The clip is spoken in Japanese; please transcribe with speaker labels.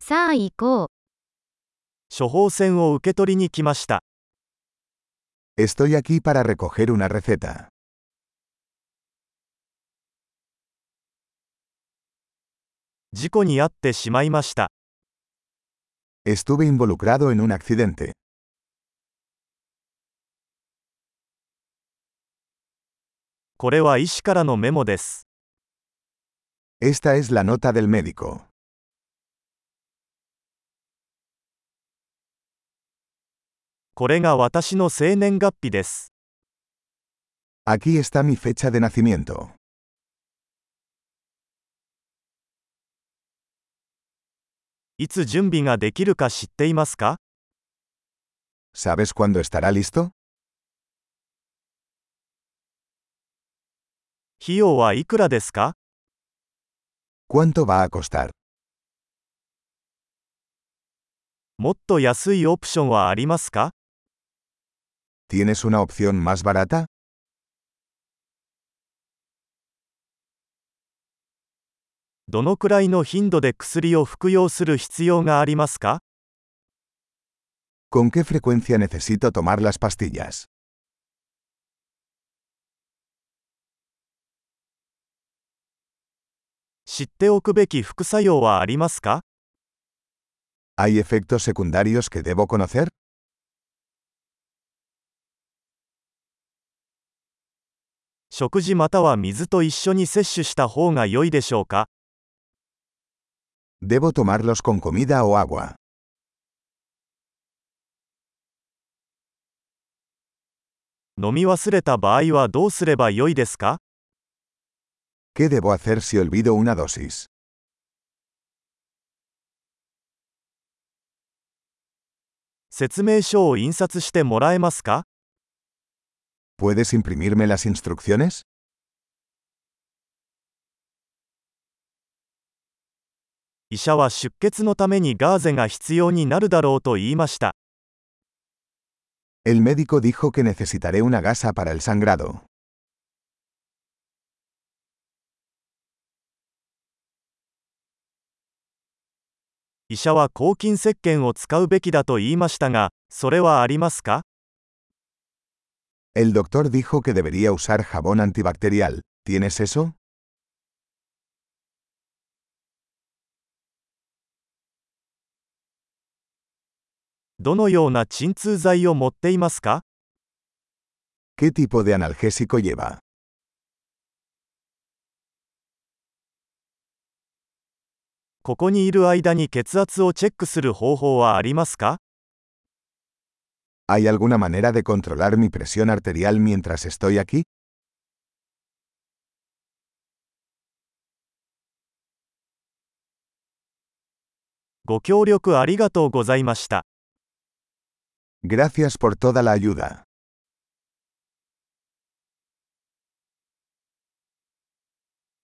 Speaker 1: さあ行こう。
Speaker 2: 処方箋を受け取りに来ました。
Speaker 3: Estoy aquí para recoger una receta.
Speaker 2: 事故に遭ってしまいました。
Speaker 3: Estuve involucrado en un accidente.
Speaker 2: これは医師からのメモです。
Speaker 3: Esta es la nota del médico.
Speaker 2: これが私の生年月日です。
Speaker 3: Aquí está mi fecha de nacimiento.
Speaker 2: いつ準備ができるか知っていますか
Speaker 3: ¿Sabes cuándo estará listo?
Speaker 2: 費用はいくらですか
Speaker 3: ¿Cuánto va a costar?
Speaker 2: もっと安いオプションはありますか
Speaker 3: ¿Tienes una opción más barata?
Speaker 2: どのくらいの頻度で薬を服用する必要がありますか
Speaker 3: ¿Con qué frecuencia necesito tomar las pastillas?
Speaker 2: 知っておくべき副作用はありますか
Speaker 3: ¿Hay efectos secundarios que debo conocer?
Speaker 2: 食事または水と一緒に摂取した方が良いでしょうか
Speaker 3: ¿Debo tomarlos con comida o agua?
Speaker 2: 飲み忘れた場合はどうすれば良いですか
Speaker 3: ¿Qué debo hacer si olvido una dosis?
Speaker 2: 説明書を印刷してもらえますか
Speaker 3: ¿Puedes imprimirme las instrucciones?
Speaker 2: 医者は出血のためにガーゼが必要になるだろうと言いました。
Speaker 3: El médico dijo que necesitaré una gasa para el sangrado.
Speaker 2: 医者は抗菌石鹸を使うべきだと言いましたが、それはありますか
Speaker 3: El doctor dijo que debería usar jabón antibacterial. ¿Tienes eso?
Speaker 2: どのような鎮痛剤を持っていますか
Speaker 3: ¿Qué tipo de analgésico lleva?
Speaker 2: ここにいる間に血圧をチェックする方法はありますか
Speaker 3: ¿Hay alguna manera de controlar mi presión arterial mientras estoy aquí?
Speaker 2: ご協力ありがとうございました。
Speaker 3: Gracias por toda la ayuda.